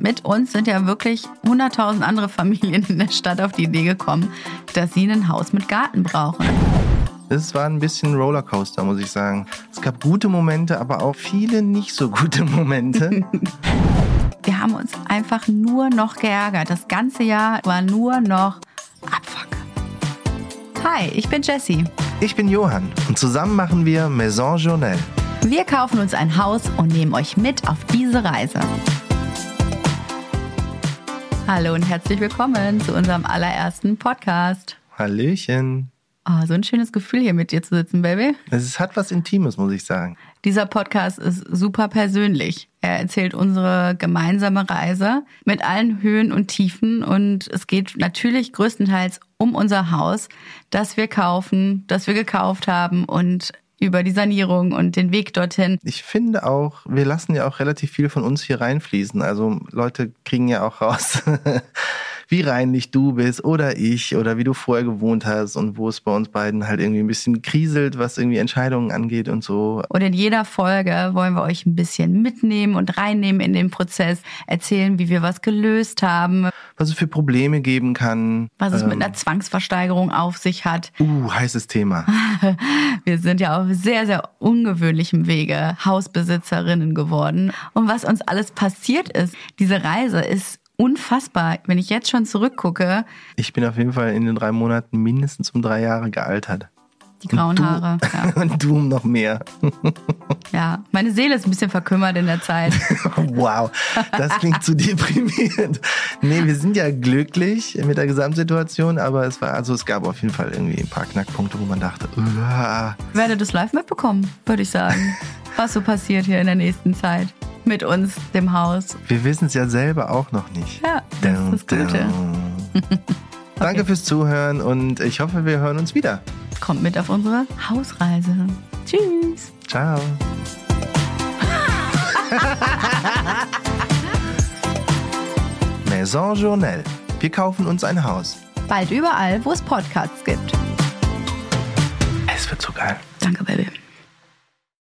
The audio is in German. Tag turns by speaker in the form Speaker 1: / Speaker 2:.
Speaker 1: Mit uns sind ja wirklich 100.000 andere Familien in der Stadt auf die Idee gekommen, dass sie ein Haus mit Garten brauchen.
Speaker 2: Es war ein bisschen Rollercoaster, muss ich sagen. Es gab gute Momente, aber auch viele nicht so gute Momente.
Speaker 1: Wir haben uns einfach nur noch geärgert. Das ganze Jahr war nur noch Abfuck. Hi, ich bin Jessie.
Speaker 2: Ich bin Johann und zusammen machen wir Maison Journal.
Speaker 1: Wir kaufen uns ein Haus und nehmen euch mit auf diese Reise. Hallo und herzlich willkommen zu unserem allerersten Podcast.
Speaker 2: Hallöchen.
Speaker 1: Oh, so ein schönes Gefühl hier mit dir zu sitzen, Baby.
Speaker 2: Es hat was Intimes, muss ich sagen.
Speaker 1: Dieser Podcast ist super persönlich. Er erzählt unsere gemeinsame Reise mit allen Höhen und Tiefen und es geht natürlich größtenteils um unser Haus, das wir kaufen, das wir gekauft haben und über die Sanierung und den Weg dorthin.
Speaker 2: Ich finde auch, wir lassen ja auch relativ viel von uns hier reinfließen. Also Leute kriegen ja auch raus, wie reinlich du bist oder ich oder wie du vorher gewohnt hast und wo es bei uns beiden halt irgendwie ein bisschen kriselt, was irgendwie Entscheidungen angeht und so.
Speaker 1: Und in jeder Folge wollen wir euch ein bisschen mitnehmen und reinnehmen in den Prozess, erzählen, wie wir was gelöst haben,
Speaker 2: Was es für Probleme geben kann.
Speaker 1: was es
Speaker 2: Ähm,
Speaker 1: mit einer Zwangsversteigerung auf sich hat.
Speaker 2: Uh, heißes Thema.
Speaker 1: Wir sind ja auf sehr, sehr ungewöhnlichem Wege Hausbesitzerinnen geworden. Und was uns alles passiert ist, diese Reise ist unfassbar. Wenn ich jetzt schon zurückgucke,
Speaker 2: Ich bin auf jeden Fall in den drei Monaten mindestens um drei Jahre gealtert.
Speaker 1: die grauen
Speaker 2: Du-
Speaker 1: Haare. Ja,
Speaker 2: Und du um noch mehr.
Speaker 1: ja. Meine Seele ist ein bisschen verkümmert in der Zeit.
Speaker 2: Wow, das klingt zu deprimierend. Nee, wir sind ja glücklich mit der Gesamtsituation, aber es war, also es gab auf jeden Fall irgendwie ein paar Knackpunkte, wo man dachte, uah.
Speaker 1: Werdet es live mitbekommen, würde ich sagen. Was so passiert hier in der nächsten Zeit. Mit uns, dem Haus.
Speaker 2: wir wissen es ja selber auch noch nicht.
Speaker 1: Ja, das ist das
Speaker 2: Dun,
Speaker 1: Gute.
Speaker 2: dun. Danke fürs Zuhören und ich hoffe, wir hören uns wieder.
Speaker 1: Kommt mit auf unsere Hausreise. Tschüss.
Speaker 2: Ciao. Maison Journal. Wir kaufen uns ein Haus.
Speaker 1: Bald überall, wo es Podcasts gibt.
Speaker 2: Es wird so geil.
Speaker 1: Danke, Baby.